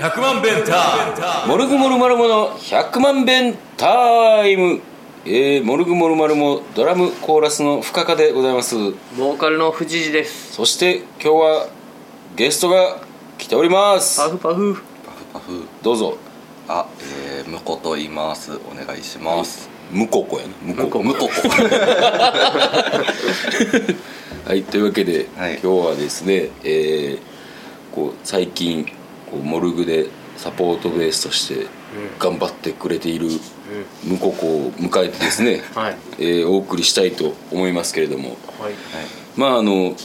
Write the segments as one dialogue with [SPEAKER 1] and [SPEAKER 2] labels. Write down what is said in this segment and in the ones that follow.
[SPEAKER 1] 100万弁タ
[SPEAKER 2] モルグモルマルモの100万弁タイム、えー、モルグモルマルモドラムコーラスの深川でございます
[SPEAKER 3] ボーカルの藤次です
[SPEAKER 2] そして今日はゲストが来ております
[SPEAKER 3] パフパフ
[SPEAKER 1] パフパフ
[SPEAKER 2] どうぞ
[SPEAKER 1] あ、えー、むこと言いますお願いします
[SPEAKER 2] ムココやねムココ
[SPEAKER 1] むここ
[SPEAKER 2] はいというわけで、
[SPEAKER 1] はい
[SPEAKER 2] 今日はですね、えーこう最近こうモルグでサポートベースとして頑張ってくれているムココを迎えてですね、
[SPEAKER 3] はい
[SPEAKER 2] えーお送りしたいと思いますけれども
[SPEAKER 3] はい
[SPEAKER 2] まああの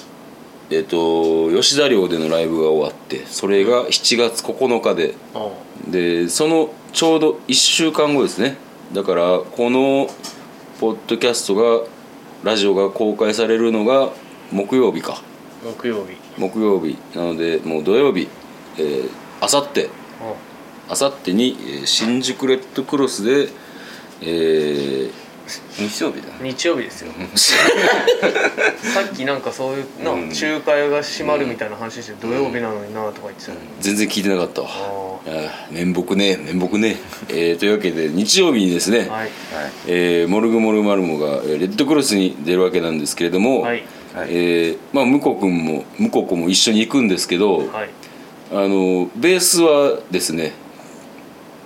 [SPEAKER 2] えっ、と吉田寮でのライブが終わってそれが7月9日で
[SPEAKER 3] あ
[SPEAKER 2] でそのちょうど1週間後ですねだからこのポッドキャストがラジオが公開されるのが木曜日か
[SPEAKER 3] 木曜日
[SPEAKER 2] 木曜日なのでもう土曜日あさって
[SPEAKER 3] あ
[SPEAKER 2] あさってに、えー新宿レッドクロスで、えー
[SPEAKER 1] 日曜日だね
[SPEAKER 3] 日曜日ですよさっきなんかそういうな、
[SPEAKER 1] うん
[SPEAKER 3] 仲介が閉まるみたいな話して土曜日なのになとか言ってたよね
[SPEAKER 2] 全然聞いてなかったわ
[SPEAKER 3] あ
[SPEAKER 2] あー面目ね面目ね、えーというわけで日曜日にですね、
[SPEAKER 3] はい
[SPEAKER 1] はい
[SPEAKER 2] えーモルグモルマルモがえーレッドクロスに出るわけなんですけれども、
[SPEAKER 3] はい
[SPEAKER 1] はい
[SPEAKER 2] えーまあ、向こう君も向こう君も一緒に行くんですけど、
[SPEAKER 3] はい
[SPEAKER 2] あのベースはですね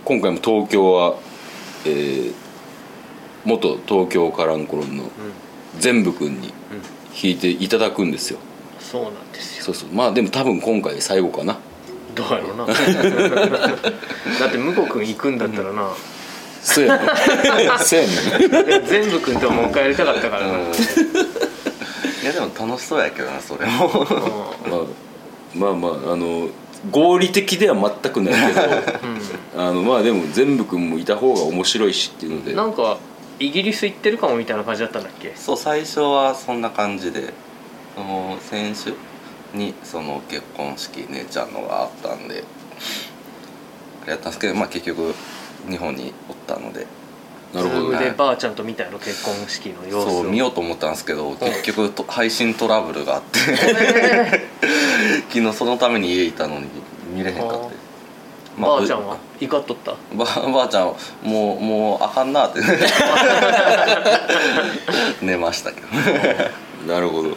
[SPEAKER 2] 今回も東京は、えー元東京カランコロンの全部君に弾いていただくんですよ、
[SPEAKER 3] そうなんですよ
[SPEAKER 2] そうそうまあでも多分今回最後かな
[SPEAKER 3] どうやろうなだって向こう君行くんだったらな
[SPEAKER 2] そう やねそうやね
[SPEAKER 3] 全部君とはもう一回やりたかったからな、うん
[SPEAKER 1] いやでも楽しそうやけどなそれも
[SPEAKER 2] まあまあまああの合理的では全くないけど あのまあでも全部君もいた方が面白いしっていうので
[SPEAKER 3] なんかイギリス行ってるかもみたいな感じだったんだっけ
[SPEAKER 1] そう最初はそんな感じでその先週にその結婚式姉ちゃんのがあったんでやったんですけどまあ結局日本におったので
[SPEAKER 2] なるほど
[SPEAKER 3] ズーム
[SPEAKER 2] ね
[SPEAKER 3] でばあちゃんと見たやろ結婚式の様子
[SPEAKER 1] そ
[SPEAKER 3] を
[SPEAKER 1] う見ようと思ったんですけど結局と配信トラブルがあって 昨日そのために家いたのに見れへんかって ま
[SPEAKER 3] ばあちゃんは怒っとった
[SPEAKER 1] ばばあちゃんはもうもうあかんなって寝ましたけど
[SPEAKER 2] なるほどま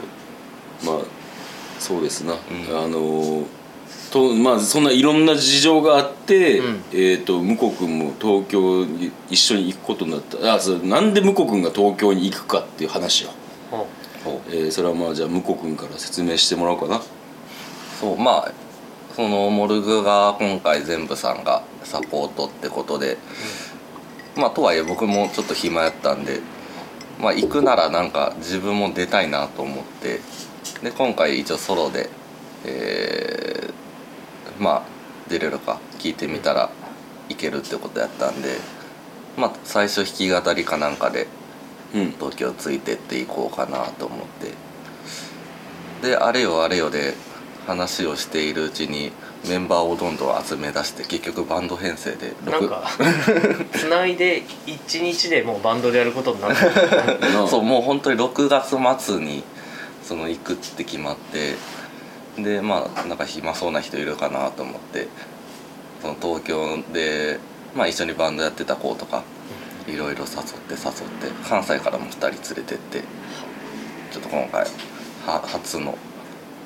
[SPEAKER 2] あそうですな、
[SPEAKER 1] ん
[SPEAKER 2] あのとまあそんないろんな事情があって、
[SPEAKER 3] うん
[SPEAKER 2] えー、と向こう君も東京に一緒に行くことになったあそうなんで向こう君が東京に行くかっていう話を、えーそれはまあじゃあ向こう君から説明してもらおうかな
[SPEAKER 1] そうまあそのモルグが今回全部さんがサポートってことで、まあとはいえ僕もちょっと暇やったんでまあ行くならなんか自分も出たいなと思ってで今回一応ソロでえーまあ出れるか聞いてみたらいけるってことやったんでまあ最初弾き語りかなんかで
[SPEAKER 2] うん
[SPEAKER 1] 東京ついてっていこうかなと思ってであれよあれよで話をしているうちにメンバーをどんどん集め出して結局バンド編成で6
[SPEAKER 3] なんかつないで一日でもうバンドでやることになった
[SPEAKER 2] な
[SPEAKER 1] そうもう本当に6月末にその行くって決まってでまあなんか暇そうな人いるかなと思ってその東京で、まあ、一緒にバンドやってた子とかいろいろ誘って誘って関西からも2人連れてってちょっと今回は初の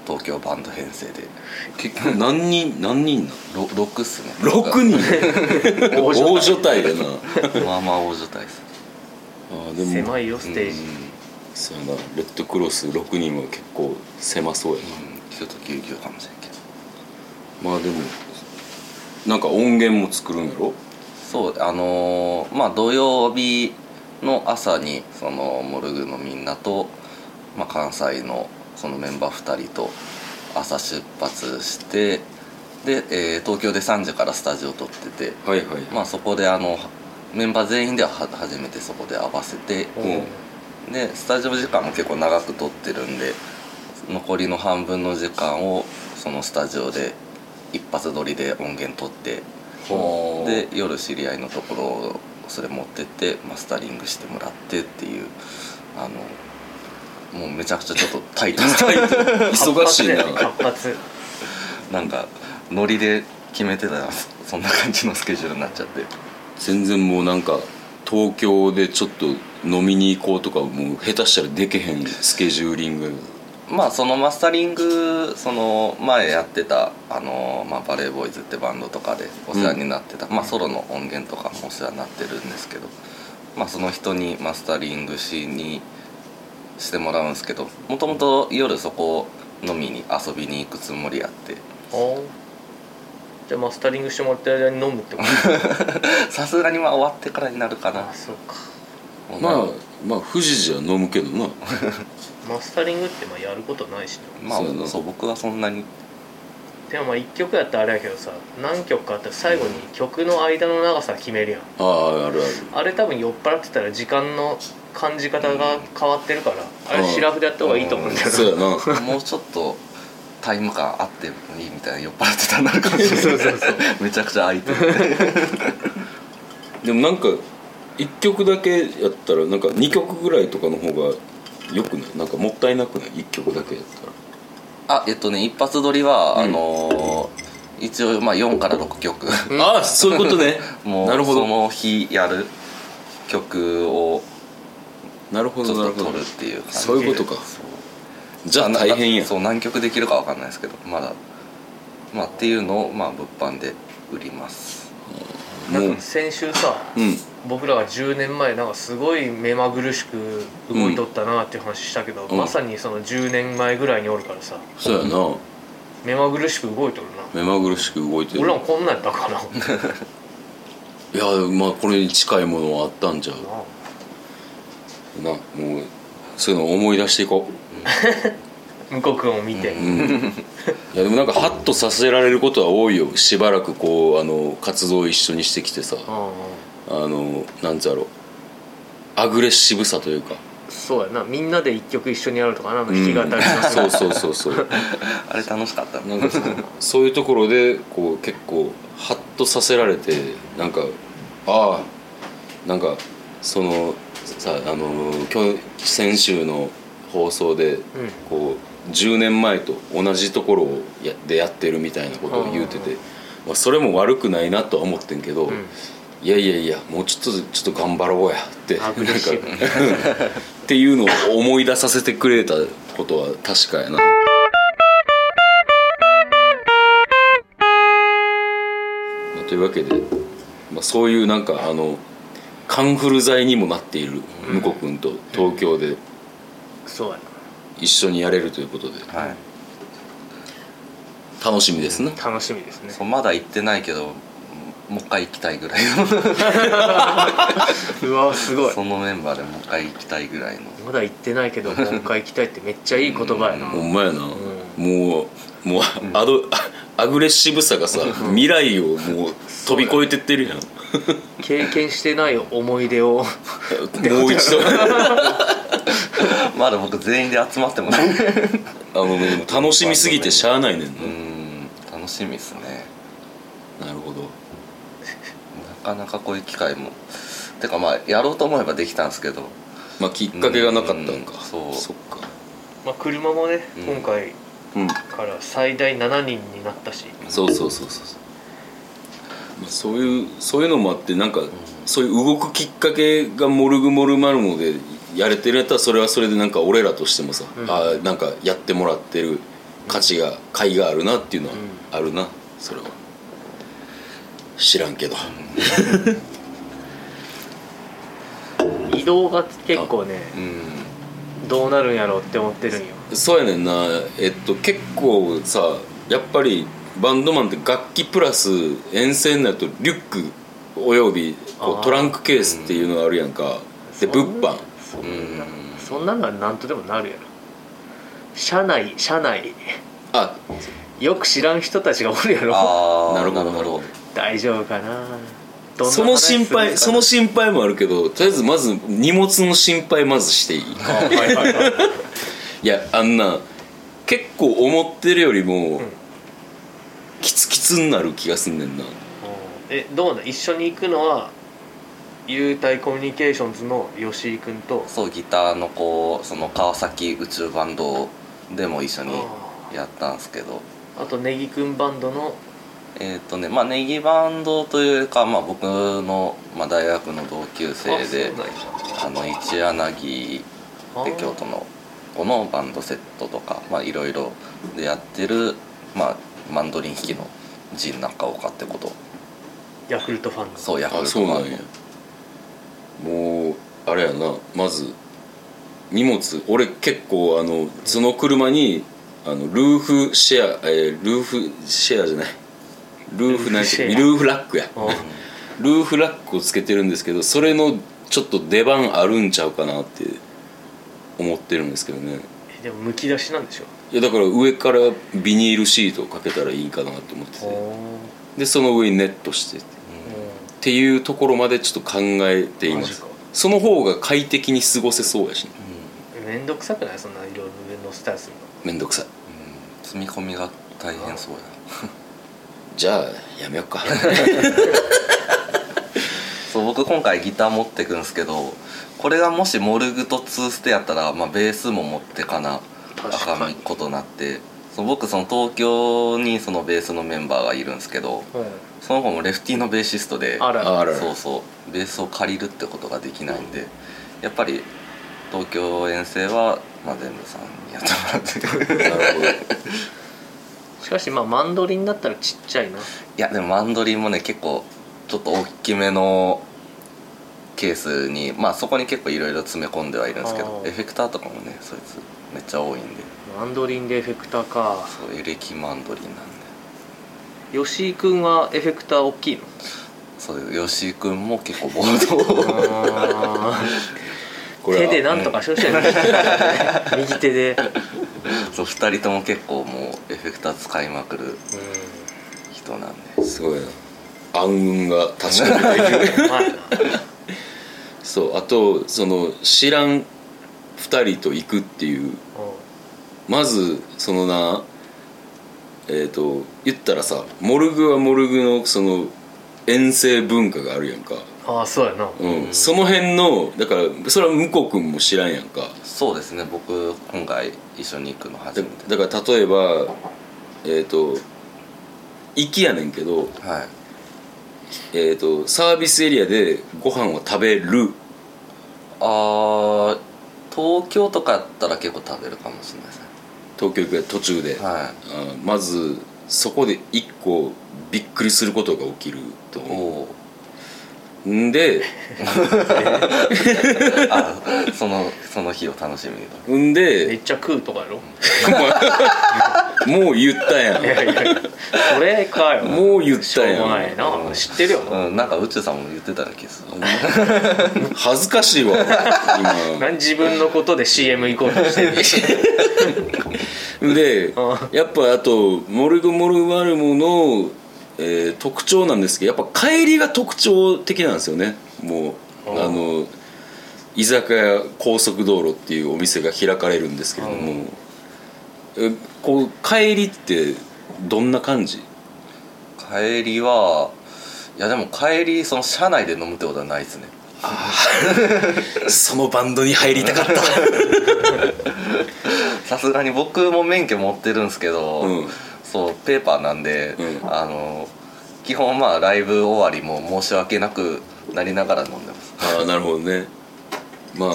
[SPEAKER 1] 東京バンド編成で
[SPEAKER 2] 結局何人何人な
[SPEAKER 1] ろ6っすね
[SPEAKER 2] の ?6 人
[SPEAKER 3] 大
[SPEAKER 2] 大
[SPEAKER 3] 所
[SPEAKER 2] 所帯だな
[SPEAKER 1] まあまあ大所帯です
[SPEAKER 2] あーでも
[SPEAKER 3] 狭いよステージ
[SPEAKER 1] う、
[SPEAKER 2] そうやなレッドクロス6人は結構狭そうやなん
[SPEAKER 1] うん、ちょっとぎゅうぎゅうかもしれんけど
[SPEAKER 2] まあでもなんか音源も作るんやろ
[SPEAKER 1] そうあのーまあ土曜日の朝にそのモルグのみんなと、まあ、関西のそのメンバー2人と朝出発してで、えー東京で3時からスタジオ撮ってて、
[SPEAKER 2] はいはい
[SPEAKER 1] まあ、そこであのメンバー全員ではは初めてそこで合わせてでスタジオ時間も結構長く撮ってるんで残りの半分の時間をそのスタジオで一発撮りで音源撮って
[SPEAKER 2] ほう
[SPEAKER 1] で夜知り合いのところをそれ持ってってマスタリングしてもらってっていうあのもうめちゃくちゃちょっとタイトな
[SPEAKER 2] 忙しいな
[SPEAKER 3] 活発だよね
[SPEAKER 1] なんかノリで決めてたらそんな感じのスケジュールになっちゃって
[SPEAKER 2] 全然もうなんか東京でちょっと飲みに行こうとかもう下手したらでけへんスケジューリング
[SPEAKER 1] まあそのマスタリングその前やってたあの、まあ、バレーボーイズってバンドとかでお世話になってた、まあ、ソロの音源とかもお世話になってるんですけど、まあ、その人にマスタリングしにしてもらうんですけどもともと夜そこ飲みに遊びに行くつもりやって
[SPEAKER 3] 活発じゃあマスタリングしてもらってる間に飲むってこと
[SPEAKER 1] さすがにまあ終わってからになるかな
[SPEAKER 3] あそうか
[SPEAKER 1] もう
[SPEAKER 2] ま
[SPEAKER 1] な
[SPEAKER 2] あ
[SPEAKER 1] んか
[SPEAKER 2] まあ富士じゃ飲むけどな
[SPEAKER 3] マスタリングってまあやることないしな
[SPEAKER 1] まあ
[SPEAKER 2] そうやな
[SPEAKER 1] そう僕はそんなに
[SPEAKER 3] でもまあ1曲やったらあれやけどさ何曲かあったら最後に曲の間の長さ決めるやん
[SPEAKER 2] あああるある
[SPEAKER 3] あれ多分酔っ払ってたら時間の感じ方が変わってるからあれシラフでやった方がいいと思うんだよな
[SPEAKER 2] そうやな
[SPEAKER 1] もうちょっとタイム感あってもいいみたいな酔っ払ってたらなるかもしれない
[SPEAKER 3] そうそうそう
[SPEAKER 1] めちゃくちゃ空いてる
[SPEAKER 2] でもなんか1曲だけやったらなんか2曲ぐらいとかの方がよくないなんかもったいなくない1曲だけやったら
[SPEAKER 1] あえっとね一発撮りは、
[SPEAKER 2] うん
[SPEAKER 1] あのー一応まあ4から6曲
[SPEAKER 2] ああそういうことね
[SPEAKER 1] もう
[SPEAKER 2] なるほど
[SPEAKER 1] その日やる曲を
[SPEAKER 2] なるほ
[SPEAKER 1] ち
[SPEAKER 2] どな
[SPEAKER 1] ょ
[SPEAKER 2] る
[SPEAKER 1] っと
[SPEAKER 2] ほ
[SPEAKER 1] 撮
[SPEAKER 2] ど
[SPEAKER 1] るっていう感じ
[SPEAKER 2] そういうことかじゃあ
[SPEAKER 1] な
[SPEAKER 2] 大変や
[SPEAKER 1] そう何曲できるかわかんないですけどまだまあっていうのをまあ物販で売ります
[SPEAKER 2] も
[SPEAKER 3] な
[SPEAKER 2] うん
[SPEAKER 3] か先週さ
[SPEAKER 2] うん
[SPEAKER 3] 僕らが10年前なんかすごい目まぐるしく動いとったなっていう話したけど、
[SPEAKER 2] うん
[SPEAKER 3] まさにその10年前ぐらいにおるからさ
[SPEAKER 2] そうやな
[SPEAKER 3] 目まぐるしく動いとる
[SPEAKER 2] 目
[SPEAKER 3] な
[SPEAKER 2] まぐるしく動いてる
[SPEAKER 3] 俺らもこんなんやった かな
[SPEAKER 2] いやまあこれに近いものはあったんじゃうなもうそういうのを思い出していこ
[SPEAKER 3] 向こう君を見て、
[SPEAKER 2] う、うん、いやでもなんかハッとさせられることは多いよしばらくこうあの活動を一緒にしてきてさ
[SPEAKER 3] うんうん
[SPEAKER 2] あのなんつうやろうアグレッシブさというか
[SPEAKER 3] そうやなみんなで一曲一緒にやるとかなあの弾き語りの、
[SPEAKER 2] そうそうそうそう
[SPEAKER 1] あれ楽しかったな
[SPEAKER 2] なんか そのそういうところでこう結構ハッとさせられてなんかああなんかそのさあの今日先週の放送で
[SPEAKER 3] うん
[SPEAKER 2] こう10年前と同じところをやでやってるみたいなことを言うてて、まあ、それも悪くないなとは思ってんけど、
[SPEAKER 3] うん
[SPEAKER 2] いやいやいやもうちょっとちょっと頑張ろうやって
[SPEAKER 3] アグレッシブ
[SPEAKER 2] なんかっていうのを思い出させてくれたことは確かやな。まあというわけで、まあ、そういうなんかあのカンフル剤にもなっている向こう君と東京で
[SPEAKER 3] そうやな
[SPEAKER 2] 一緒にやれるということで
[SPEAKER 1] はい
[SPEAKER 2] 楽しみですね
[SPEAKER 3] 楽しみですね
[SPEAKER 1] そうまだ行ってないけどもう一回行きたいぐらいの
[SPEAKER 3] うわすごい
[SPEAKER 1] そのメンバーでもう一回行きたいぐらいの
[SPEAKER 3] まだ行ってないけどもう一回行きたいってめっちゃいい言葉やな、
[SPEAKER 2] ほんまやな、もうもうアドアグレッシブさがさ未来をもう飛び越えてってるやん
[SPEAKER 3] 経験してない思い出を
[SPEAKER 2] もう一度あ
[SPEAKER 1] まだ僕全員で集まっても ないう
[SPEAKER 2] のね楽しみすぎてしゃあないねんな、
[SPEAKER 1] ーん楽しみですね
[SPEAKER 2] なるほど
[SPEAKER 1] なかなかこういう機会もてかまあやろうと思えばできたんですけど
[SPEAKER 2] まあきっかけがなかったんか
[SPEAKER 1] うんそう
[SPEAKER 2] そっか
[SPEAKER 3] まあ車もね、
[SPEAKER 1] うん
[SPEAKER 3] 今回
[SPEAKER 2] うん
[SPEAKER 3] から最大7人になったし
[SPEAKER 2] そうそうそうそうそう、まあ、そういうそういうのもあってなんか、そういう動くきっかけがモルグモルマルモでやれてるやったらそれはそれでなんか俺らとしてもさ、
[SPEAKER 3] うん
[SPEAKER 2] あーなんかやってもらってる価値が甲斐があるなっていうのはあるな、それは知らんけど、
[SPEAKER 3] 移動が結構ね
[SPEAKER 1] うん
[SPEAKER 3] どうなるんやろうって思ってるんよ
[SPEAKER 2] そうやねんなえっと結構さやっぱりバンドマンって楽器プラス遠征になるとリュックおよびこ
[SPEAKER 3] あー
[SPEAKER 2] うトランクケースっていうのがあるやんか、で物販
[SPEAKER 3] そ
[SPEAKER 1] うん
[SPEAKER 3] な、
[SPEAKER 1] ん
[SPEAKER 3] そんなのは何とでもなるやろ社内社内
[SPEAKER 2] あ
[SPEAKER 3] よく知らん人たちがおるやろ
[SPEAKER 1] ああ
[SPEAKER 2] なるほど
[SPEAKER 1] なるほど
[SPEAKER 3] 大丈夫かなどんな話
[SPEAKER 2] その心
[SPEAKER 3] する
[SPEAKER 2] 配その心配もあるけどとりあえずまず荷物の心配まずしていい
[SPEAKER 3] かなあはいはいはい
[SPEAKER 2] いやあんな結構思ってるよりも、
[SPEAKER 3] ん
[SPEAKER 2] キツキツになる気がすんねんな
[SPEAKER 3] えどうなん一緒に行くのは幽体コミュニケーションズの吉井君と
[SPEAKER 1] そうギターの子その川崎宇宙バンドでも一緒にやったんですけど
[SPEAKER 3] あとネギ君バンドの
[SPEAKER 1] えっ、とねまあネギバンドというか、まあ、僕の、まあ、大学の同級生であの一柳で京都のこのバンドセットとかまあいろいろでやってる、まあ、マンドリン弾きの陣中岡ってこと
[SPEAKER 3] ヤクルトファンの
[SPEAKER 1] そうヤクル
[SPEAKER 2] あ
[SPEAKER 1] ト
[SPEAKER 2] そう
[SPEAKER 1] フ
[SPEAKER 2] な
[SPEAKER 1] ァ
[SPEAKER 2] ん
[SPEAKER 1] ン
[SPEAKER 2] や
[SPEAKER 1] の
[SPEAKER 2] もうあれやなまず荷物俺結構あのその車にあのルーフシェア、えールーフシェアじゃないルーフなんやっけ
[SPEAKER 3] ルーフシェア
[SPEAKER 2] ルーフラックや
[SPEAKER 3] あ
[SPEAKER 2] ルーフラックをつけてるんですけどそれのちょっと出番あるんちゃうかなって思ってるんですけどね
[SPEAKER 3] えでもむき出しなんでしょ
[SPEAKER 2] いやだから上からビニールシートをかけたらいいかなと思ってて
[SPEAKER 3] お
[SPEAKER 2] でその上にネットしてっていうところまでちょっと考えていま
[SPEAKER 3] マジ
[SPEAKER 2] す
[SPEAKER 3] か
[SPEAKER 2] その方が快適に過ごせそうやしね
[SPEAKER 3] めんどくさくないそんないろいろ上乗せたりする
[SPEAKER 2] めんどくさい
[SPEAKER 1] うん積み込みが大変そうや
[SPEAKER 2] じゃあやめようか
[SPEAKER 1] そう僕今回ギター持ってくんですけどこれがもしモルグとツーステやったら、まあ、ベースも持ってかなあ
[SPEAKER 3] 確か
[SPEAKER 1] かん
[SPEAKER 3] に
[SPEAKER 1] ことなってそう僕その東京にそのベースのメンバーがいるんですけど
[SPEAKER 3] の、うん、
[SPEAKER 1] その子もレフティのベーシストで
[SPEAKER 3] あら
[SPEAKER 2] あら
[SPEAKER 1] そうそうベースを借りるってことができないんでやっぱり東京遠征は、まあ、全部さんにやってもらって
[SPEAKER 2] なるほど
[SPEAKER 3] しかしまあマンドリンだったらちっちゃいない
[SPEAKER 1] やでもマンドリンもね結構ちょっと大きめのケースにまあそこに結構いろいろ詰め込んではいるんですけど
[SPEAKER 3] あー
[SPEAKER 1] エフェクターとかもねそいつめっちゃ多いんで
[SPEAKER 3] マンドリンでエフェクターか
[SPEAKER 1] そうエレキマンドリンなんで
[SPEAKER 3] 吉井君はエフェクター大きいの
[SPEAKER 1] そう吉井君も結構ボー ドを
[SPEAKER 2] これ
[SPEAKER 3] 手
[SPEAKER 2] は
[SPEAKER 3] でなんとかしようしてる右手で、
[SPEAKER 1] そう2人とも結構もうエフェクター使いまくる人なんです
[SPEAKER 2] ごいな暗雲が確かに
[SPEAKER 3] うん、まあ
[SPEAKER 2] そうあとその知らん2人と行くっていうまずそのなえっ、と言ったらさモルグはモルグのその遠征文化があるやんか、
[SPEAKER 3] ああそうやな
[SPEAKER 2] うんその辺のだからそれは向こう君も知らんやんか
[SPEAKER 1] そうですね僕今回一緒に行くの初
[SPEAKER 2] だ
[SPEAKER 1] めて
[SPEAKER 2] だから例えばえっ、と行きやねんけど、
[SPEAKER 1] はい
[SPEAKER 2] えー、とサービスエリアでご飯を食べる
[SPEAKER 1] あー東京とかやったら結構食べるかもしれないですね
[SPEAKER 2] 東京行く途中で、
[SPEAKER 1] は
[SPEAKER 2] あまずそこで一個びっくりすることが起きると
[SPEAKER 1] いお
[SPEAKER 2] 思
[SPEAKER 1] お
[SPEAKER 2] うんで
[SPEAKER 1] ーあそのその日を楽しみにと
[SPEAKER 2] ん
[SPEAKER 3] め
[SPEAKER 2] で
[SPEAKER 3] っちゃ食うとかやろ
[SPEAKER 2] もう言ったやん
[SPEAKER 3] いやいやいやそれかよ
[SPEAKER 2] もう言ったやん
[SPEAKER 3] しょうがないな、
[SPEAKER 1] うん
[SPEAKER 3] 知ってるよな、
[SPEAKER 1] うん、なんか宇宙さんも言ってたような気がする
[SPEAKER 2] 恥ずかしいわ
[SPEAKER 3] 何自分のことで CM 行こうとしてる
[SPEAKER 2] 今でやっぱあとモルグモルマルモの、えー特徴なんですけどやっぱ帰りが特徴的なんですよねもう
[SPEAKER 3] あー
[SPEAKER 2] あの居酒屋高速道路っていうお店が開かれるんですけれどもえこう帰りってどんな感じ
[SPEAKER 1] 帰りはいやでも帰りその車内で飲むってことはないですね
[SPEAKER 2] そのバンドに入りたかった
[SPEAKER 1] さすがに僕も免許持ってるんですけど、
[SPEAKER 2] うん
[SPEAKER 1] そうペーパーなんで、
[SPEAKER 2] うん
[SPEAKER 1] あの基本まあライブ終わりも申し訳なくなりながら飲んでます
[SPEAKER 2] ああなるほどねまあ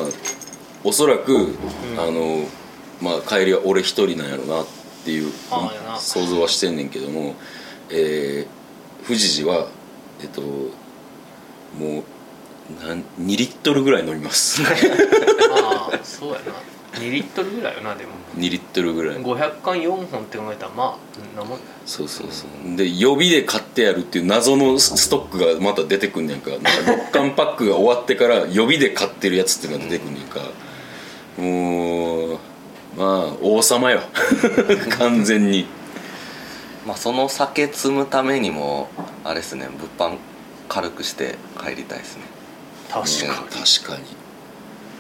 [SPEAKER 2] おそらく、あのまあ帰りは俺一人なんやろなっていう
[SPEAKER 3] ああやな
[SPEAKER 2] 想像はしてんねんけどもえー、富士寺はえっともうなん2リットルぐらい飲みます 2
[SPEAKER 3] ああそうやな2リットルぐらいよなでも
[SPEAKER 2] リットルぐらい
[SPEAKER 3] 500缶4本って考えたらまあんなもんだよ
[SPEAKER 2] そうそうそうで予備で買ってやるっていう謎のストックがまた出てくんねんかなんか6巻パックが終わってから予備で買ってるやつっていうのが出てくんねんかもうまあ王様よ 完全に
[SPEAKER 1] まあその酒積むためにもあれですね物販軽くして帰りたいですね
[SPEAKER 3] 確かに
[SPEAKER 2] 確かに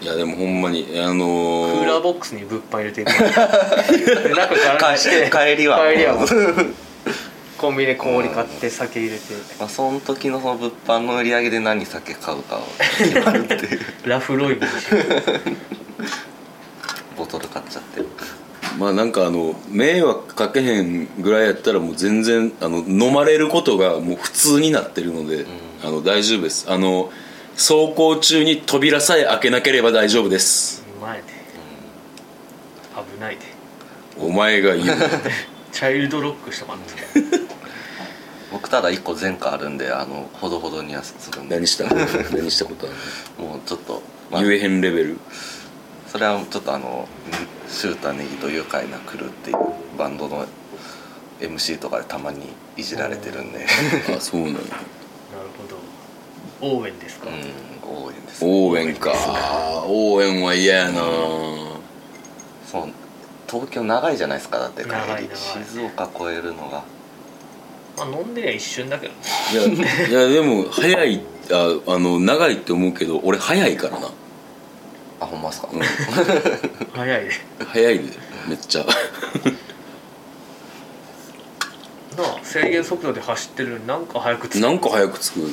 [SPEAKER 2] いやでもほんまにあの
[SPEAKER 3] ク
[SPEAKER 2] ー
[SPEAKER 3] ーラーボックスに物販入れていくで中からして
[SPEAKER 1] 帰帰りは
[SPEAKER 3] 帰りはコンビニで氷買って酒入れて
[SPEAKER 1] まあ、その時のその物販の売り上げで何酒買うかを決まるっていう
[SPEAKER 3] ラフロイグにしよう
[SPEAKER 1] ボトル買っちゃって
[SPEAKER 2] まあなんかあの迷惑かけへんぐらいやったらもう全然あの飲まれることがもう普通になってるので、あの大丈夫ですあの走行中に扉さえ開けなければ大丈夫です
[SPEAKER 3] 前で危ないで
[SPEAKER 2] お前が言 う
[SPEAKER 3] チャイルドロックしたかった
[SPEAKER 1] 僕ただ1個前科あるんであのほどほどにはするんで
[SPEAKER 2] 何したこと何したこと
[SPEAKER 1] もうちょっと、ま
[SPEAKER 2] あ
[SPEAKER 1] あ
[SPEAKER 2] る、言えへんレ ベル
[SPEAKER 1] それはちょっとあの「シュータネギと愉快なクルー」っていうバンドの MC とかでたまにいじられてるんで
[SPEAKER 2] あそうなの
[SPEAKER 3] なるほど応援ですか、
[SPEAKER 1] うん応援です
[SPEAKER 2] 応援か応援は嫌やな
[SPEAKER 1] そう東京長いじゃないですかだって帰り
[SPEAKER 3] 長い長い
[SPEAKER 1] 静岡越えるのが
[SPEAKER 3] まあ飲んでりゃ一瞬だけ ど
[SPEAKER 2] いやいやでも早いああの長いって思うけど俺早いからな
[SPEAKER 1] あほんまっすか、
[SPEAKER 2] うん
[SPEAKER 3] 早いで
[SPEAKER 2] 早いでめっ ちゃ
[SPEAKER 3] なあ制限速度で走ってるのになんか早く着く
[SPEAKER 2] なんか早く着く
[SPEAKER 1] うん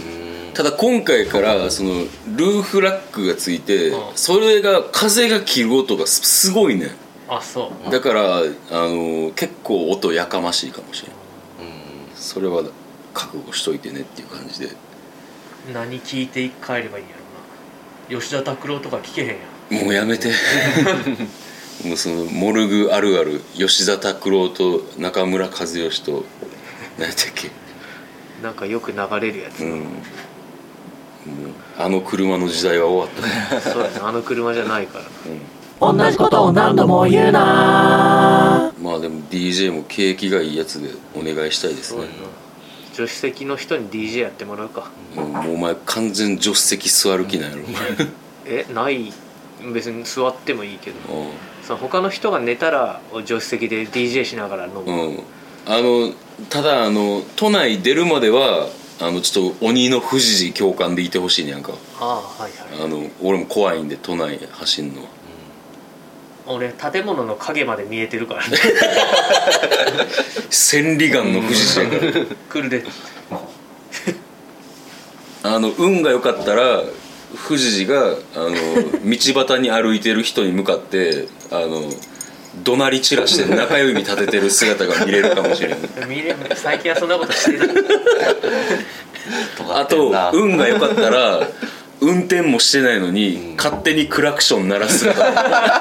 [SPEAKER 2] ただ今回からそのルーフラックがついて
[SPEAKER 3] うん
[SPEAKER 2] それが風が切る音がすすごいね
[SPEAKER 3] あそう
[SPEAKER 2] だからあの結構音やかましいかもしれない
[SPEAKER 1] うん
[SPEAKER 2] それは覚悟しといてねっていう感じで
[SPEAKER 3] 何聞いて帰ればいいんやろな吉田拓郎とか聞けへんやん
[SPEAKER 2] もうやめ てもうそのモルグあるある吉田拓郎と中村和義と何やったっけ
[SPEAKER 3] なんかよく流れるやつ
[SPEAKER 2] うんもうあの車の時代は終わっ
[SPEAKER 3] そうやねあの車じゃないから
[SPEAKER 2] た、うん
[SPEAKER 4] 同じことを何度も言うな
[SPEAKER 2] まあでも DJ も景気がいいやつでお願いしたいです
[SPEAKER 3] そう
[SPEAKER 2] ね
[SPEAKER 3] やな助手席の人に DJ やってもらうか
[SPEAKER 2] うんもうお前完全助手席座る気なんやろ、
[SPEAKER 3] えない別に座ってもいいけど
[SPEAKER 2] うん
[SPEAKER 3] その他の人が寝たら助手席で DJ しながら飲む、
[SPEAKER 2] うん、あのただあの都内出るまではあのちょっと鬼の富士教官でいてほしいねやんか
[SPEAKER 3] ああはいはい
[SPEAKER 2] あの俺も怖いんで都内走んのは
[SPEAKER 3] 俺建物の影まで見えてるからね
[SPEAKER 2] 千里眼の富士やから
[SPEAKER 3] 来るで
[SPEAKER 2] あの運が良かったら富士があ の道端に歩いてる人に向かってあの怒鳴り散らして中指立ててる姿が見れるかもしれない
[SPEAKER 3] 見れ最近はそんなことしてる
[SPEAKER 1] 尖
[SPEAKER 2] あ
[SPEAKER 1] って
[SPEAKER 2] と
[SPEAKER 1] んな
[SPEAKER 2] 運が良かったら 運転もしてないのに、勝手にクラクション鳴らすとか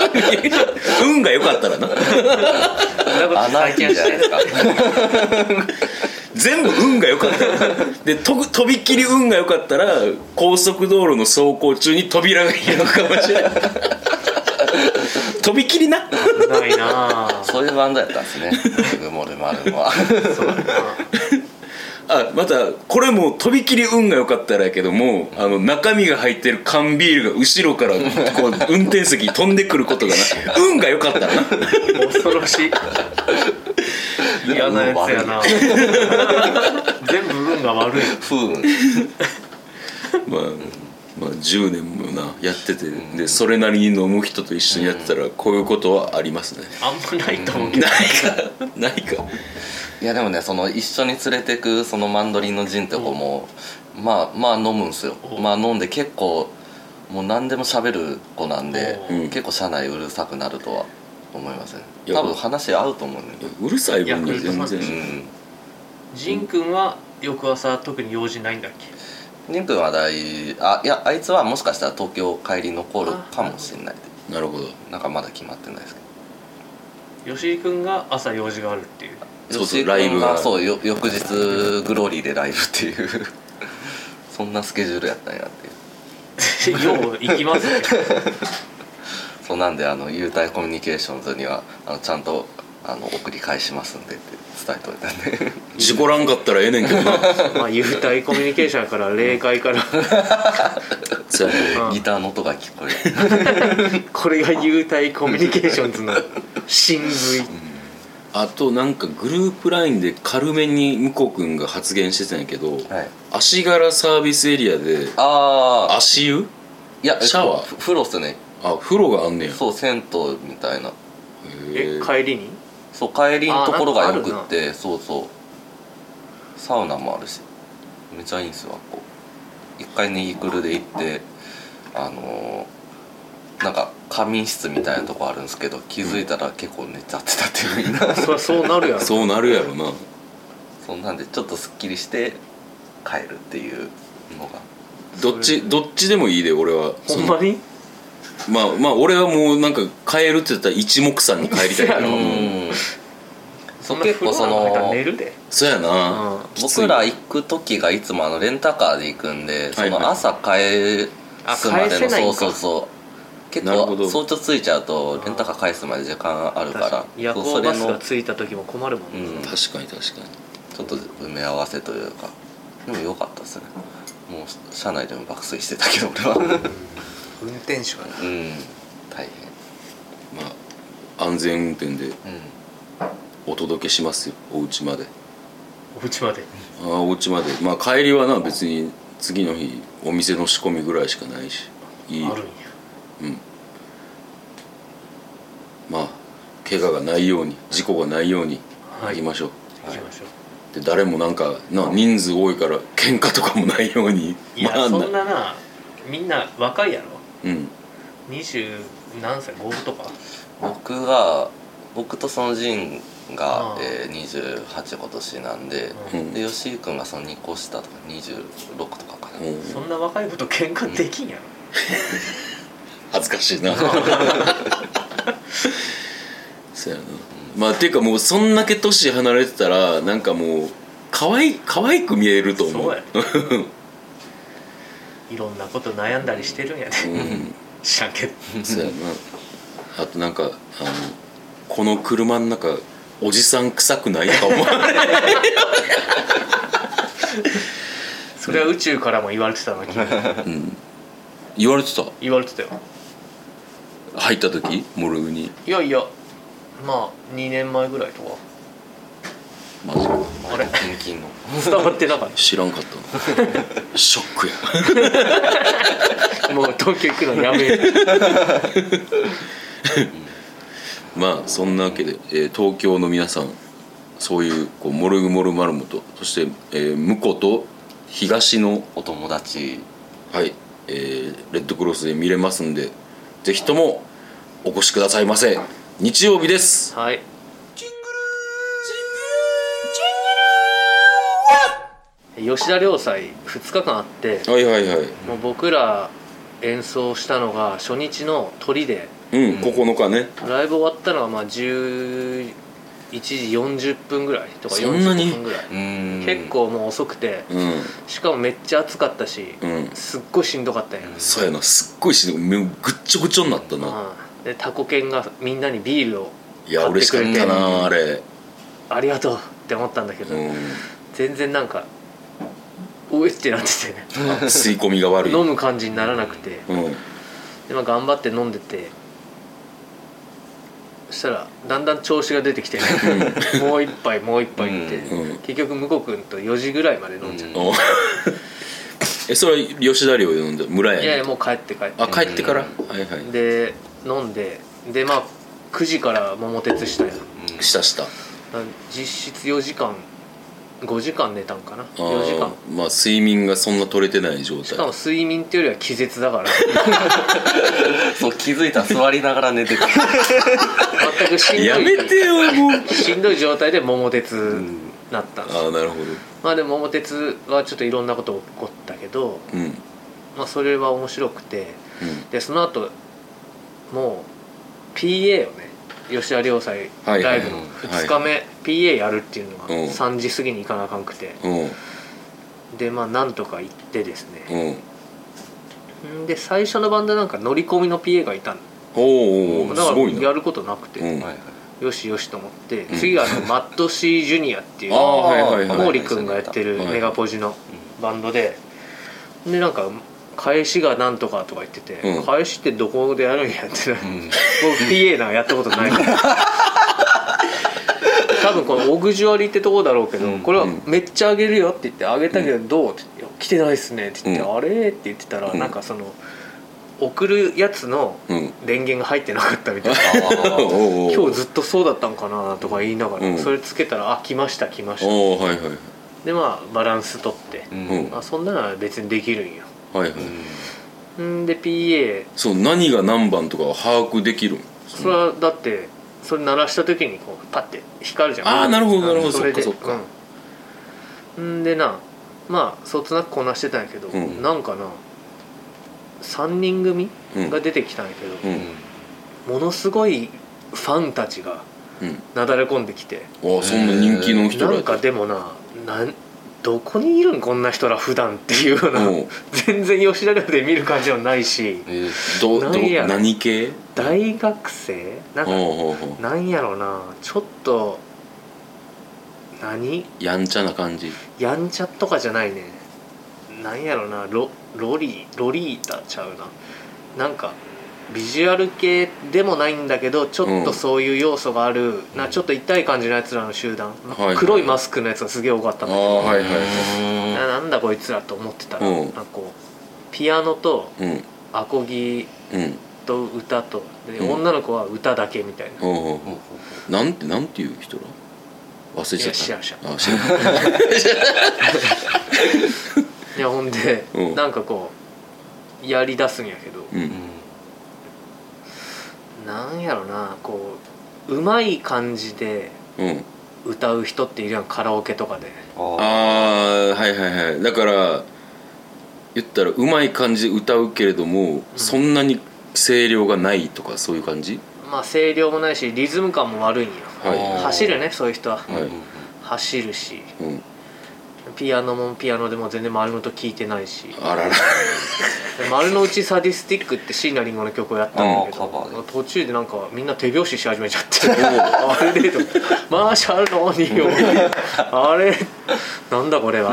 [SPEAKER 2] 運が良かったらな
[SPEAKER 3] そんなこと
[SPEAKER 1] アナー
[SPEAKER 3] 最
[SPEAKER 1] キー
[SPEAKER 3] 近
[SPEAKER 1] じ
[SPEAKER 3] はし
[SPEAKER 1] ゃ
[SPEAKER 3] て
[SPEAKER 1] ないです
[SPEAKER 3] る
[SPEAKER 1] か
[SPEAKER 2] 全部運が良かったらでとぶとびっきり運が良かったら高速道路の走行中に扉が開くかもしれない とびっきりな
[SPEAKER 3] ないなあ
[SPEAKER 1] そういうバンドやったんですね「ルモルマル モは」
[SPEAKER 3] そうやな
[SPEAKER 2] あまたこれもとびきり運が良かったらやけどもあの中身が入ってる缶ビールが後ろからこう運転席に飛んでくることがな運が良かったらな
[SPEAKER 3] 恐ろしい嫌なやつやな全部運が悪い
[SPEAKER 1] 不運
[SPEAKER 2] まあ、まあ10年もなやっててでそれなりに飲む人と一緒にやってたらこういうことはありますね、
[SPEAKER 3] あんまないと思うけど、
[SPEAKER 2] ないかないか
[SPEAKER 1] いやでもねその一緒に連れてくそのマンドリンのジンって子も、まあまあ飲むんすよ
[SPEAKER 3] お
[SPEAKER 1] まあ飲んで結構もう何でも喋る子なんで
[SPEAKER 3] お
[SPEAKER 2] うん
[SPEAKER 1] 結構車内うるさくなるとは思いません
[SPEAKER 2] いや
[SPEAKER 1] 多分話合うと思うね
[SPEAKER 2] うるさい分には
[SPEAKER 3] ヤ
[SPEAKER 2] 全
[SPEAKER 3] クルト
[SPEAKER 1] う
[SPEAKER 2] 然
[SPEAKER 1] ん
[SPEAKER 3] ジン君は翌朝特に用事ないんだっけ
[SPEAKER 1] リン君は大あいやあいつはもしかしたら東京帰り残るかもしれない
[SPEAKER 2] なるほど
[SPEAKER 1] なんかまだ決まってないですけ
[SPEAKER 3] 吉井君が朝用事があるっていう
[SPEAKER 1] ど
[SPEAKER 2] そう
[SPEAKER 1] 吉
[SPEAKER 2] そう
[SPEAKER 1] 井君は
[SPEAKER 2] ライブが
[SPEAKER 1] そうよ翌日グローリーでライブっていう そんなスケジュールやったんやっていう
[SPEAKER 3] よう行きますね
[SPEAKER 1] そうなんであの優待コミュニケーションズにはあのちゃんとあの送り返しますんでって伝えといたんで
[SPEAKER 2] 事故らんかったらええねんけどな
[SPEAKER 3] まあ優待コミュニケーションやから霊界から、
[SPEAKER 2] そうやね
[SPEAKER 3] うん
[SPEAKER 1] ギターの音が聞こえ
[SPEAKER 3] これが優待コミュニケーションズの真髄
[SPEAKER 2] あとなんかグループラインで軽めに向こう君が発言してたんやけど、
[SPEAKER 1] る、はい、
[SPEAKER 2] 足柄サービスエリアで
[SPEAKER 1] ああ
[SPEAKER 2] 足湯
[SPEAKER 1] いや
[SPEAKER 2] シャワー
[SPEAKER 1] フフロスね
[SPEAKER 2] あ風呂があんねや
[SPEAKER 1] そう銭湯みたいな
[SPEAKER 2] へ
[SPEAKER 3] え
[SPEAKER 2] え
[SPEAKER 3] 帰りに
[SPEAKER 1] そう帰りのところがよく
[SPEAKER 3] あなん
[SPEAKER 1] ってそうそうサウナもあるしめちゃいいんですよあっこ一回ネギクルで行ってあのーなんか仮眠室みたいなとこあるんですけど気づいたら結構寝ちゃってたっていうみんな
[SPEAKER 3] そりゃそうなるやろ
[SPEAKER 2] そうなるやろな
[SPEAKER 1] そんなんでちょっとすっきりして帰るっていうのが
[SPEAKER 2] どっちどっちでもいいで俺は
[SPEAKER 3] ほんまに
[SPEAKER 2] そのまあまあ俺はもうなんか帰るって言ったら一目散に帰りたいから
[SPEAKER 3] う
[SPEAKER 1] うん
[SPEAKER 2] もうん
[SPEAKER 1] そ
[SPEAKER 3] そん
[SPEAKER 1] う
[SPEAKER 3] な
[SPEAKER 1] 結
[SPEAKER 3] 風
[SPEAKER 1] 構そ
[SPEAKER 3] 呂なんか
[SPEAKER 1] の
[SPEAKER 3] 寝るで
[SPEAKER 2] そうや
[SPEAKER 3] う
[SPEAKER 2] な、
[SPEAKER 3] ん
[SPEAKER 2] きつい
[SPEAKER 1] 僕ら行く時がいつもあのレンタカーで行くんで、
[SPEAKER 2] はい
[SPEAKER 1] その朝帰すま
[SPEAKER 3] あ
[SPEAKER 1] で
[SPEAKER 3] 帰せ
[SPEAKER 1] の
[SPEAKER 3] ないん
[SPEAKER 1] そ
[SPEAKER 3] か
[SPEAKER 1] うそうそう結
[SPEAKER 2] なるほど
[SPEAKER 1] 構早朝着いちゃうとレンタカー返すまで時間あるから
[SPEAKER 3] 確かに夜
[SPEAKER 1] そうそ
[SPEAKER 3] 行
[SPEAKER 1] れ
[SPEAKER 3] バス
[SPEAKER 1] の
[SPEAKER 3] が着いた時も困るもんね
[SPEAKER 1] うん
[SPEAKER 2] 確かに確かに
[SPEAKER 1] ちょっと埋め合わせというかでも良かったですねもう車内でも爆睡してたけど俺は
[SPEAKER 5] 運転手かな
[SPEAKER 1] うん大
[SPEAKER 2] まあ安全運転で
[SPEAKER 1] 変うん
[SPEAKER 2] お届けしますよお家まで
[SPEAKER 3] お家まで
[SPEAKER 2] ああお家までまあ帰りはな別に次の日お店の仕込みぐらいしかないしいい
[SPEAKER 3] あるんや
[SPEAKER 2] うんまあ怪我がないように事故がないように
[SPEAKER 3] は
[SPEAKER 2] 行
[SPEAKER 3] い
[SPEAKER 2] きましょう、
[SPEAKER 3] 行きましょう
[SPEAKER 2] で誰もなんかな人数多いから喧嘩とかもないように
[SPEAKER 3] いや
[SPEAKER 2] まあ
[SPEAKER 3] そんななみんな若いやろ
[SPEAKER 2] うん
[SPEAKER 3] 二十何歳5とか
[SPEAKER 1] 僕が僕とその仁が
[SPEAKER 3] あ、ー
[SPEAKER 1] えー、28今年なんで、
[SPEAKER 2] うん
[SPEAKER 1] で吉井君がその2個下とか26とかかな、
[SPEAKER 2] うん
[SPEAKER 3] そんな若い子と喧嘩できんやろ
[SPEAKER 2] 恥ずかしい なそうやなまあっていうかもうそんだけ年離れてたらなんかもう可愛い可愛く見えると思う
[SPEAKER 3] そうやいろんなこと悩んだりしてるんやで
[SPEAKER 2] う
[SPEAKER 3] 知らんけど
[SPEAKER 2] んそうやなあとなんかあのこの車の中おじさん臭くないとか思われる
[SPEAKER 3] それは宇宙からも言われてたの君
[SPEAKER 2] うん 言われてた
[SPEAKER 3] 言われてたよ
[SPEAKER 2] 入った時モルグに
[SPEAKER 3] いやいやまあ2年前ぐらいとか
[SPEAKER 2] マジか
[SPEAKER 3] あれ
[SPEAKER 1] キンキンの
[SPEAKER 3] 伝わってなかっ
[SPEAKER 2] 知らんかった なショックや
[SPEAKER 3] たもう東京行くのやめる
[SPEAKER 2] まあそんなわけで、えー東京の皆さんそういうこうモルグモルマルモとそして、えー、婿と東の、
[SPEAKER 1] お友達
[SPEAKER 2] はいえーレッドクロスで見れますんでぜひともお越しくださいませ日曜日です
[SPEAKER 3] はい吉田良祭2日間あって
[SPEAKER 2] はいはいはい
[SPEAKER 3] もう僕ら演奏したのが初日の鳥で
[SPEAKER 2] うん、9日ね
[SPEAKER 3] ライブ終わったのはまあ11時40分ぐらいとか
[SPEAKER 2] そんなに
[SPEAKER 3] 40分ぐらい
[SPEAKER 1] うん
[SPEAKER 3] 結構もう遅くて
[SPEAKER 2] う
[SPEAKER 3] しかもめっちゃ暑かったし
[SPEAKER 2] んうん
[SPEAKER 3] すっごいしんどかったんや、
[SPEAKER 2] そうやなすっごいし目ぐっちょぐちょになったな
[SPEAKER 3] うんでタコ犬がみんなにビールを
[SPEAKER 2] いや
[SPEAKER 3] 買って
[SPEAKER 2] 嬉し
[SPEAKER 3] く
[SPEAKER 2] かっ
[SPEAKER 3] れて
[SPEAKER 2] たなあれ
[SPEAKER 3] ありがとうって思ったんだけど、
[SPEAKER 2] うん
[SPEAKER 3] 全然なんかおえってなっててね
[SPEAKER 2] あ吸い込みが悪い
[SPEAKER 3] 飲む感じにならなくて
[SPEAKER 2] うん
[SPEAKER 3] で、まあ、頑張って飲んでてそしたらだんだん調子が出てきて、ね、もう一杯もう一杯って、
[SPEAKER 2] うんうん
[SPEAKER 3] 結局向こう君と4時ぐらいまで飲んじゃって、
[SPEAKER 2] お えそれは吉田寮呼んで村や
[SPEAKER 3] いやいやもう帰って帰って
[SPEAKER 2] あ帰ってから、
[SPEAKER 1] う
[SPEAKER 2] はいはい
[SPEAKER 3] で飲んででまあ9時から桃鉄したやん
[SPEAKER 1] うん
[SPEAKER 2] したしたあ
[SPEAKER 3] 実質4時間5時間寝たんかな
[SPEAKER 2] ー
[SPEAKER 3] 4時間
[SPEAKER 2] まあ睡眠がそんな取れてない状態
[SPEAKER 3] しかも睡眠っていうよりは気絶だから
[SPEAKER 1] そう気づいたら座りながら寝てくる
[SPEAKER 3] 全くしんどい
[SPEAKER 2] やめてよも う
[SPEAKER 3] しんどい状態で桃鉄
[SPEAKER 1] ん
[SPEAKER 3] なったんです
[SPEAKER 2] ああなるほど
[SPEAKER 3] まあでも桃鉄はちょっといろんなこと起こったけど、
[SPEAKER 2] うんうん
[SPEAKER 3] まあ、それは面白くてでその後もう PA をね吉田良斎ラ
[SPEAKER 2] はいはい
[SPEAKER 3] イブの
[SPEAKER 1] うん
[SPEAKER 3] 2日目 PA やるっていうのが
[SPEAKER 2] うん
[SPEAKER 3] 3時過ぎに行かなあかんくて
[SPEAKER 2] うん
[SPEAKER 3] でまあなんとか行ってですね
[SPEAKER 2] うん
[SPEAKER 3] んで最初のバンドなんか乗り込みの PA がいたん
[SPEAKER 2] おーおー
[SPEAKER 3] だ
[SPEAKER 2] す
[SPEAKER 3] か
[SPEAKER 2] ご
[SPEAKER 3] ら
[SPEAKER 2] い
[SPEAKER 3] や
[SPEAKER 2] な
[SPEAKER 3] ることなくて、
[SPEAKER 2] うん
[SPEAKER 1] はいはい
[SPEAKER 3] よしよしと思って、
[SPEAKER 2] ん
[SPEAKER 3] 次はあのマッドシージュニアっていう
[SPEAKER 2] ああはいはいはい
[SPEAKER 3] 毛利君がやってる
[SPEAKER 2] はい
[SPEAKER 3] メガポジのバンドで、でなんか返しがなんとかとか言ってて、
[SPEAKER 2] うん
[SPEAKER 3] 返しってどこでやるんやってな、
[SPEAKER 1] う
[SPEAKER 3] 僕
[SPEAKER 1] ん
[SPEAKER 3] PA なんかやったことないから 多分このオグジュアリーってとこだろうけど、
[SPEAKER 1] うん
[SPEAKER 3] これはめっちゃ上げるよって言って上げたけどどうって言っていや来てないっすねって言って、
[SPEAKER 2] うん
[SPEAKER 3] あれって言ってたら、
[SPEAKER 2] うん
[SPEAKER 3] なんかその送るやつの
[SPEAKER 2] うん
[SPEAKER 3] 電源が入ってなかったみたいな。
[SPEAKER 2] おーおー
[SPEAKER 3] 今日ずっとそうだったんかなとか言いながら、
[SPEAKER 2] うん
[SPEAKER 3] それつけたら「あ来ました来ました」
[SPEAKER 2] おーはいはい
[SPEAKER 3] でまあバランス取って、
[SPEAKER 1] うん
[SPEAKER 2] うん
[SPEAKER 3] あそんなのは別にできるんよ
[SPEAKER 2] はいはい、
[SPEAKER 3] んで PA
[SPEAKER 2] そう何が何番とかは把握できるん
[SPEAKER 3] それはだってそれ鳴らした時にこうパッて光るじゃん
[SPEAKER 2] ああなるほどなるほど
[SPEAKER 3] そ
[SPEAKER 2] そっ
[SPEAKER 3] れ
[SPEAKER 2] か
[SPEAKER 3] で
[SPEAKER 2] そっか、
[SPEAKER 3] うんんでなまあそつなくこなしてたんやけど、
[SPEAKER 2] うん
[SPEAKER 3] なんかな3人組
[SPEAKER 2] うん
[SPEAKER 3] が出てきたんやけど、
[SPEAKER 2] うん
[SPEAKER 3] ものすごいファンたちが
[SPEAKER 2] うん
[SPEAKER 3] なだれ込んできて
[SPEAKER 2] ああそんな人気の人
[SPEAKER 3] な
[SPEAKER 2] ら
[SPEAKER 3] んかでもななんどこにいるんこんな人ら普段っていうような、
[SPEAKER 2] うん
[SPEAKER 3] 全然吉田寮で見る感じはないし
[SPEAKER 1] えー
[SPEAKER 2] どど
[SPEAKER 3] なんや
[SPEAKER 2] 何系
[SPEAKER 3] 大学生なんか、
[SPEAKER 2] ほうほうほ
[SPEAKER 3] なんやろなちょっと何
[SPEAKER 2] うやんちゃな感じ
[SPEAKER 3] やんちゃとかじゃないねなんやろなロロリロリータちゃうななんかビジュアル系でもないんだけどちょっ
[SPEAKER 2] うん
[SPEAKER 3] とそういう要素がある、なちょっと痛い感じのやつらの集団、
[SPEAKER 2] いはい
[SPEAKER 3] 黒いマスクのやつがすげえ多かった
[SPEAKER 2] あ
[SPEAKER 3] ん
[SPEAKER 2] あ
[SPEAKER 3] だけど
[SPEAKER 2] はいはい
[SPEAKER 3] ななんだこいつらと思ってたら、
[SPEAKER 2] うん
[SPEAKER 3] なんかこうピアノと
[SPEAKER 2] うん
[SPEAKER 3] アコギ
[SPEAKER 2] うん
[SPEAKER 3] と歌とで、
[SPEAKER 2] うん
[SPEAKER 3] 女の子は歌だけみたいな、
[SPEAKER 2] ほうほうほうなんてなんていう人ら忘れ
[SPEAKER 3] い
[SPEAKER 2] ちゃ
[SPEAKER 3] や
[SPEAKER 2] った
[SPEAKER 3] シャシャ
[SPEAKER 2] あシャ
[SPEAKER 3] いやほんで、
[SPEAKER 2] うん
[SPEAKER 3] なんかこうやりだすんやけど、
[SPEAKER 2] うん
[SPEAKER 3] なんやろなこううまい感じで
[SPEAKER 2] うん
[SPEAKER 3] 歌う人っているやんカラオケとかで
[SPEAKER 2] ああはいはいはいだから言ったらうまい感じで歌うけれども、そんなに声量がないとかそういう感じ
[SPEAKER 3] まあ声量もないしリズム感も悪いんよ
[SPEAKER 2] はい
[SPEAKER 3] 走るねそういう人は、
[SPEAKER 2] はい
[SPEAKER 3] 走るし
[SPEAKER 2] うん
[SPEAKER 3] ピアノもピアノでも全然丸の音聞いてないし
[SPEAKER 2] あらら
[SPEAKER 3] で丸の内サディスティックって椎名林檎の曲をやったんだけ
[SPEAKER 1] あーカバー
[SPEAKER 3] ど途中でなんかみんな手拍子し始めちゃ ってあれでとマーシャルの鬼よ あれなんだこれは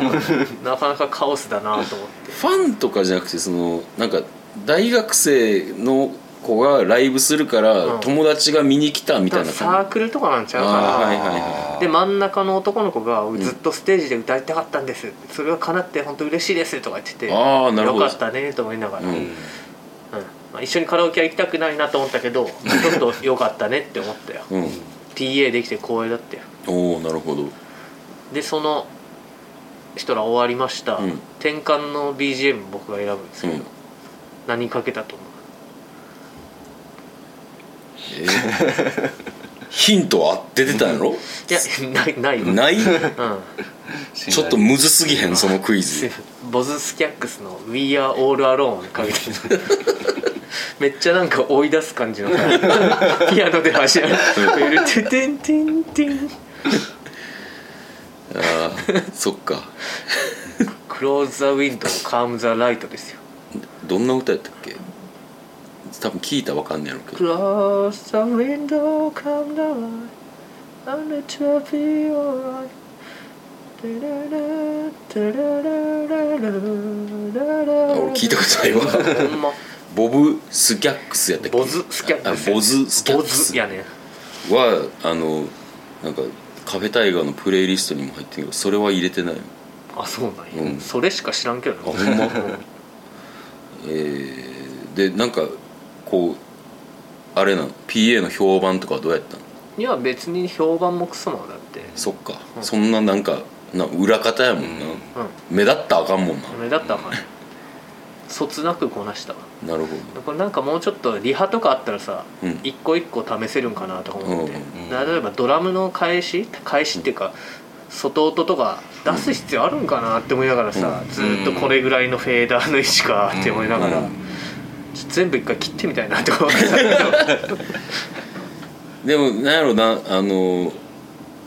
[SPEAKER 3] なかなかカオスだなと思って
[SPEAKER 2] ファンとかじゃなくてそのなんか大学生の子がライブするから、
[SPEAKER 3] うん
[SPEAKER 2] 友達が見に来たみたいな
[SPEAKER 3] サー
[SPEAKER 2] 感
[SPEAKER 3] クルとかなんちゃう
[SPEAKER 2] あー
[SPEAKER 3] か
[SPEAKER 2] は
[SPEAKER 3] ない
[SPEAKER 2] はいは
[SPEAKER 3] で真ん中の男の子が「ずっとステージで歌いたかったんです」それが叶って本当嬉しいです」とか言ってて
[SPEAKER 2] じああなるほど
[SPEAKER 3] よかったねと思いながら、
[SPEAKER 2] う
[SPEAKER 3] うん
[SPEAKER 2] ん
[SPEAKER 3] まあ、一緒にカラオケは行きたくないなと思ったけどちょっとよかったねって思ったよ
[SPEAKER 2] うん
[SPEAKER 3] PA できて光栄だったよ
[SPEAKER 2] おおなるほど
[SPEAKER 3] でその人ら終わりました、
[SPEAKER 2] うん
[SPEAKER 3] 転換の BGM 僕が選ぶんですけど、
[SPEAKER 2] うん
[SPEAKER 3] 何かけたと思う
[SPEAKER 2] えー ヒントは出てたんやろ
[SPEAKER 3] いや ないないわ
[SPEAKER 2] ない
[SPEAKER 3] うん
[SPEAKER 2] ちょっとむずすぎへんそのクイズ
[SPEAKER 3] ボズスキャックスの「We Are All Alone」かけてる めっちゃなんか追い出す感じの さピアノで走る 「ててんてんてん」
[SPEAKER 2] あーそっか
[SPEAKER 3] 「Close the window calm the light」ですよ
[SPEAKER 2] どんな歌やったっけ多分聞いたらわかんねやろうけど
[SPEAKER 3] Close the window, come the light, and it will be alright.
[SPEAKER 2] 俺
[SPEAKER 3] 俺
[SPEAKER 2] 聞いたことない わ
[SPEAKER 3] ほんま
[SPEAKER 2] ボブ・スキャックスやったっけ
[SPEAKER 3] ボズスキャックス
[SPEAKER 2] あボズスキャックス
[SPEAKER 3] ボズやね
[SPEAKER 2] はあのなんかカフェタイガーのプレイリストにも入ってるけどそれは入れてないの
[SPEAKER 3] あそうなんや、
[SPEAKER 2] うん
[SPEAKER 3] それしか知らんけど
[SPEAKER 2] あほ
[SPEAKER 3] ね
[SPEAKER 2] んまえー、でなんかこうあれなの PA の評判とかはどうやったの
[SPEAKER 3] いや別に評判もクソもだって
[SPEAKER 2] そっか、
[SPEAKER 3] うん
[SPEAKER 2] そんななんかな裏方やもん
[SPEAKER 1] う
[SPEAKER 2] な、
[SPEAKER 1] ん
[SPEAKER 2] 目立ったらあかんもんな
[SPEAKER 3] うん目立ったらあかんよそつなくこなしたわ
[SPEAKER 2] なるほ
[SPEAKER 3] これなんかもうちょっとリハとかあったらさ、
[SPEAKER 2] うん
[SPEAKER 3] 一個一個試せるんかなとか思って、
[SPEAKER 2] うん
[SPEAKER 3] 例えばドラムの返し返しっていうか外音とか出す必要あるんかなって思いながらさ、
[SPEAKER 2] うん
[SPEAKER 3] ずーっとこれぐらいのフェーダーの位置かって思いながら、
[SPEAKER 2] うん
[SPEAKER 3] ちょ全部一回切ってみたいなとか思って
[SPEAKER 2] どでもなんやろなあの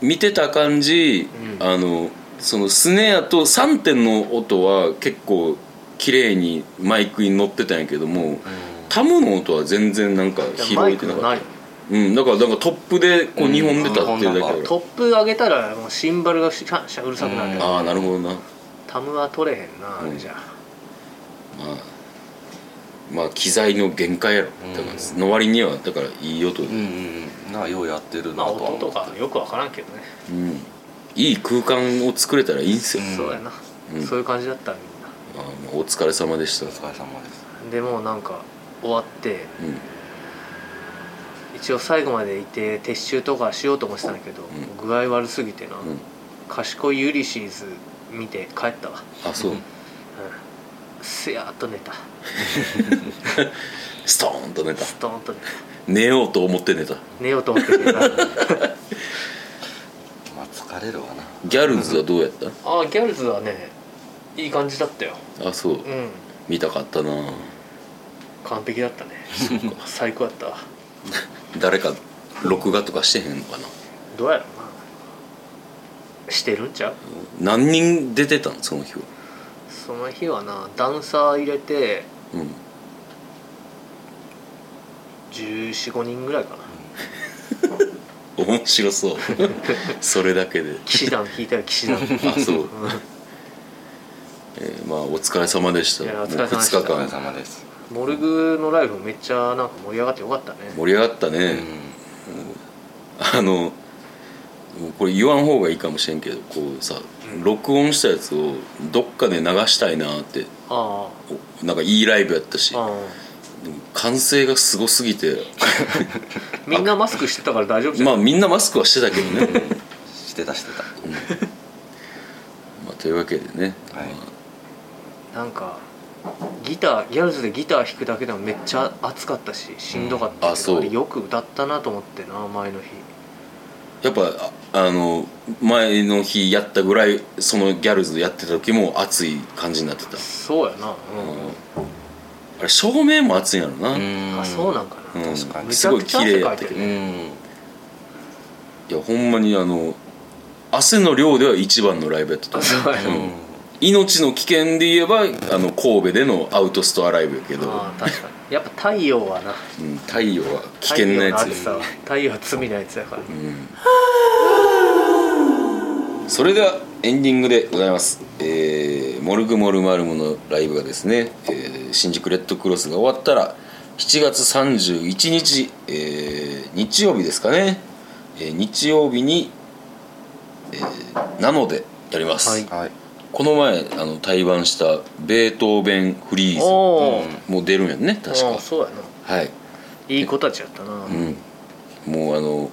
[SPEAKER 2] 見てた感じ、
[SPEAKER 3] うん
[SPEAKER 2] あのそのスネアと3点の音は結構綺麗にマイクに乗ってたんやけども、タムの音は全然なんか拾
[SPEAKER 3] たマ
[SPEAKER 2] え
[SPEAKER 3] イ
[SPEAKER 2] て
[SPEAKER 3] ク
[SPEAKER 2] な
[SPEAKER 3] が
[SPEAKER 2] か
[SPEAKER 3] な
[SPEAKER 2] っ
[SPEAKER 3] い
[SPEAKER 2] た、うん、だからなんかトップでこう
[SPEAKER 1] うん
[SPEAKER 2] 2本出たっていうだけだから、
[SPEAKER 1] うん
[SPEAKER 3] トップ上げたらもうシンバルがシャンシャンうるさくなるよ、
[SPEAKER 1] うん
[SPEAKER 2] ああなるほどな、ま
[SPEAKER 3] タムは取れへんなあれじゃ、
[SPEAKER 2] あ、まあ機材の限界やろ
[SPEAKER 1] うん
[SPEAKER 2] だからの割にはだからいい音、う
[SPEAKER 1] うんんなあようやってるな
[SPEAKER 3] まあ
[SPEAKER 1] とは
[SPEAKER 3] 音
[SPEAKER 1] 思
[SPEAKER 3] と
[SPEAKER 1] う
[SPEAKER 3] かよくわからんけどね、
[SPEAKER 2] いい空間を作れたらいいんすよ、
[SPEAKER 1] うん
[SPEAKER 3] そうやな、
[SPEAKER 2] うん
[SPEAKER 3] そういう感じだったみんな
[SPEAKER 2] あーまあお疲れ様でした
[SPEAKER 1] お、疲れ様です
[SPEAKER 3] でもうなんか終わって
[SPEAKER 2] うん、
[SPEAKER 3] 一応最後までいて撤収とかしようと思ってたんだけど、
[SPEAKER 2] ん
[SPEAKER 3] 具合悪すぎてな、
[SPEAKER 2] ん
[SPEAKER 3] 賢いユリシーズ見て帰ったわ、
[SPEAKER 2] あそう
[SPEAKER 3] うん、すやーっと寝た
[SPEAKER 2] ストーンと寝た
[SPEAKER 3] ストーンと寝た
[SPEAKER 2] 寝ようと思って寝た
[SPEAKER 3] 寝ようと思って 寝た
[SPEAKER 1] まあ疲れるわな
[SPEAKER 2] ギャルズはどうやった、
[SPEAKER 3] あギャルズはねいい感じだったよ
[SPEAKER 2] あそう
[SPEAKER 3] うん
[SPEAKER 2] 見たかったな
[SPEAKER 3] 完璧だったね最高だったわ
[SPEAKER 2] 誰か録画とかしてへんのかな
[SPEAKER 3] どうやろうなしてるんちゃう
[SPEAKER 2] 何人出てたんその日は
[SPEAKER 3] その日はなダンサー入れて
[SPEAKER 2] うん
[SPEAKER 3] 1415人ぐらいかな
[SPEAKER 2] 面白そう それだけで
[SPEAKER 3] 騎士団引いたよ騎士団
[SPEAKER 2] あそう
[SPEAKER 3] うん
[SPEAKER 2] えーまあお疲れ様でした
[SPEAKER 3] いや
[SPEAKER 2] もう
[SPEAKER 3] お疲れ様でした
[SPEAKER 2] 二
[SPEAKER 1] お疲れ
[SPEAKER 2] 日間
[SPEAKER 1] 様です
[SPEAKER 3] モルグのライブめっちゃなんか盛り上がってよかったね
[SPEAKER 2] 盛り上がったね、
[SPEAKER 1] うん
[SPEAKER 2] あのもうこれ言わん方がいいかもしれんけどこうさ録音したやつをどっかで流したいなって
[SPEAKER 3] あ
[SPEAKER 2] おなんかいいライブやったし
[SPEAKER 3] あああ
[SPEAKER 2] でも歓声がすごすぎて
[SPEAKER 3] みんなマスクしてたから大丈夫じゃん、
[SPEAKER 2] まあみんなマスクはしてたけどね、
[SPEAKER 1] してたしてた
[SPEAKER 2] まあ、というわけでね、
[SPEAKER 1] はい
[SPEAKER 2] ま
[SPEAKER 3] なんかギターギャルズでギター弾くだけでもめっちゃ熱かったししんどかったけど、
[SPEAKER 2] うんあそう
[SPEAKER 3] れよく歌ったなと思ってな前の日
[SPEAKER 2] あやっぱああの前の日やったぐらいそのギャルズやってた時も熱い感じになってた、
[SPEAKER 3] そうやな、うん
[SPEAKER 2] あれ照明も熱いんやろな、
[SPEAKER 1] うん
[SPEAKER 3] あそうなんかな、
[SPEAKER 2] うん
[SPEAKER 1] 確かに
[SPEAKER 3] めちゃくちゃ汗かいて
[SPEAKER 2] すごい綺麗やったけ
[SPEAKER 3] る
[SPEAKER 2] ど
[SPEAKER 1] う
[SPEAKER 3] ね
[SPEAKER 1] ん
[SPEAKER 2] いやほんまにあの汗の量では一番のライブやったと
[SPEAKER 3] あ
[SPEAKER 2] 思う
[SPEAKER 3] そうやな、
[SPEAKER 1] うん
[SPEAKER 2] 命の危険で言えばあの神戸でのアウトストアライブやけど、
[SPEAKER 3] ああ確かにやっぱ太陽はな
[SPEAKER 2] うん、太陽は危険なや
[SPEAKER 3] 太陽の暑
[SPEAKER 2] つ
[SPEAKER 3] さは太陽は罪なやつだから、
[SPEAKER 2] それではエンディングでございます、えーモルグモルマルモのライブがですね、えー新宿レッドクロスが終わったら7月31日、えー日曜日ですかね、えー日曜日に、えーなのでやります、
[SPEAKER 3] はい
[SPEAKER 1] はい
[SPEAKER 2] この前あの対バンしたベートーベンフリーズ
[SPEAKER 3] おー
[SPEAKER 2] もう出るんやんね確
[SPEAKER 3] ああ
[SPEAKER 2] か
[SPEAKER 3] そうやな
[SPEAKER 2] はい
[SPEAKER 3] いい子たちやったな、
[SPEAKER 2] うん、もうあの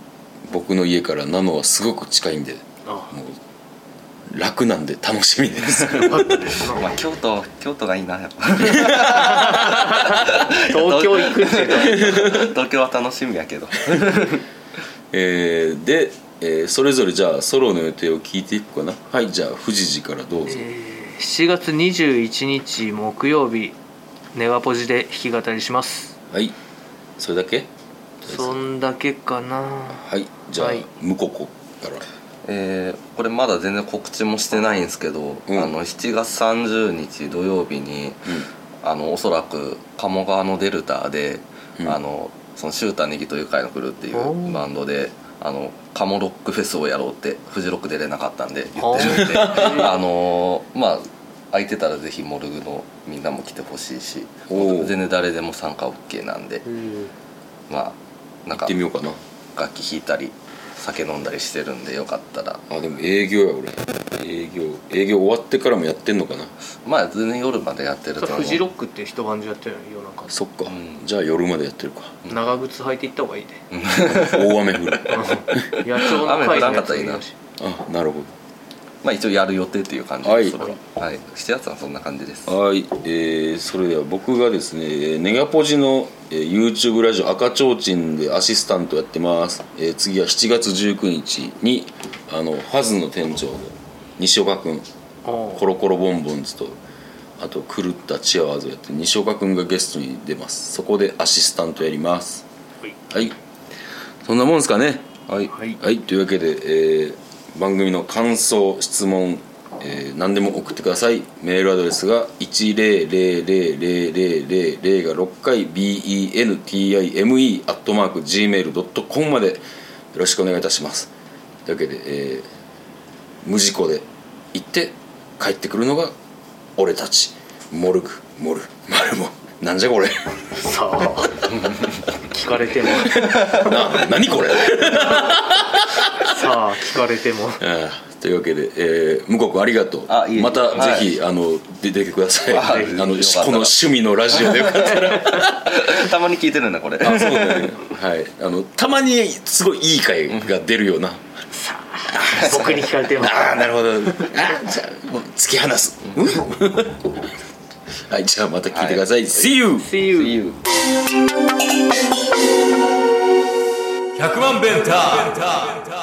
[SPEAKER 2] 僕の家からナノはすごく近いんで
[SPEAKER 3] あ
[SPEAKER 2] もう楽なんで楽しみです
[SPEAKER 3] あよかったですな
[SPEAKER 1] まあ京都京都がいいなやっぱ
[SPEAKER 3] 東京行くって いうのは
[SPEAKER 1] 東京は楽しみやけど
[SPEAKER 2] えーで、えーそれぞれじゃあソロの予定を聞いていくかなはいじゃあ富士寺からどうぞ、
[SPEAKER 3] えー7月21日木曜日ネガポジで弾き語りします
[SPEAKER 2] はいそれだけ
[SPEAKER 3] そんだけかな
[SPEAKER 2] はいじゃあ、
[SPEAKER 3] はい
[SPEAKER 2] ムココから
[SPEAKER 1] えーこれまだ全然告知もしてないんですけど、
[SPEAKER 2] うん
[SPEAKER 1] あの7月30日土曜日に、あのおそらく鴨川のデルタで、
[SPEAKER 2] うん
[SPEAKER 1] あのそのシュータネギという会の来るってい
[SPEAKER 3] おー
[SPEAKER 1] うバンドで。あのカモロックフェスをやろうってフジロック出れなかったんで言ってるんで あのーまあ空いてたらぜひモルグのみんなも来てほしいし
[SPEAKER 2] おー
[SPEAKER 1] 全然誰でも参加 OK なんでまあなん
[SPEAKER 2] 行っ
[SPEAKER 1] か
[SPEAKER 2] てみようかな
[SPEAKER 1] 楽器弾いたり酒飲んだりしてるんでよかったら
[SPEAKER 2] あでも営業や俺営業営業終わってからもやってんのかな
[SPEAKER 1] まあ全然夜までやってると思う
[SPEAKER 3] フジロックって一晩中やってるのよ夜中
[SPEAKER 2] そっか、
[SPEAKER 1] ん
[SPEAKER 2] じゃあ夜までやってるか
[SPEAKER 3] 長靴履いて行った方がいいで
[SPEAKER 2] 大雨降る
[SPEAKER 3] 野鳥の
[SPEAKER 1] 雨
[SPEAKER 3] 会のやつもい
[SPEAKER 1] 降らんかったらいい
[SPEAKER 3] る
[SPEAKER 1] な
[SPEAKER 3] し
[SPEAKER 2] あなるほど
[SPEAKER 1] まあ一応やる予定っていう感じ
[SPEAKER 2] はい
[SPEAKER 1] ですそれははい7月はそんな感じです
[SPEAKER 2] はい、えーそれでは僕がですねえーネガポジの、えー YouTube ラジオ赤ちょうちんでアシスタントやってます、えー次は7月19日にあのファズの店長の西岡君
[SPEAKER 3] おう
[SPEAKER 2] コロコロボンボンズとあと狂ったチアワーズをやって西岡君がゲストに出ますそこでアシスタントやりますはいそんなもんですかねはい、
[SPEAKER 3] はい
[SPEAKER 2] というわけで、えー番組の感想質問、えー何でも送ってくださいメールアドレスが1000000が6回 bentime.gmail.com までよろしくお願いいたしますというわけで、えー無事故で行って帰ってくるのが俺たちモルグモルマルモなんじゃこれ
[SPEAKER 3] さあ聞かれても
[SPEAKER 2] なあ何これ
[SPEAKER 3] さあ聞かれ ても
[SPEAKER 2] ああというわけで、えー、向こう君ありがとう
[SPEAKER 1] あいえいえ
[SPEAKER 2] また
[SPEAKER 1] はい
[SPEAKER 2] ぜひ、あの出てきてくださいあ
[SPEAKER 1] あ
[SPEAKER 2] のこ
[SPEAKER 1] よ
[SPEAKER 2] の
[SPEAKER 1] かったら
[SPEAKER 2] 趣味のラジオでよか ったら
[SPEAKER 1] たまに聞いてるんだこれ
[SPEAKER 2] あそうだねはいあのたまにすごいいい回が出るような、
[SPEAKER 3] さ僕に聞かれ ても
[SPEAKER 2] ああなるほどあーじゃあもう突き放す、うん はいじゃあまた聞いてください、See you!
[SPEAKER 3] See you
[SPEAKER 2] 100万ベンター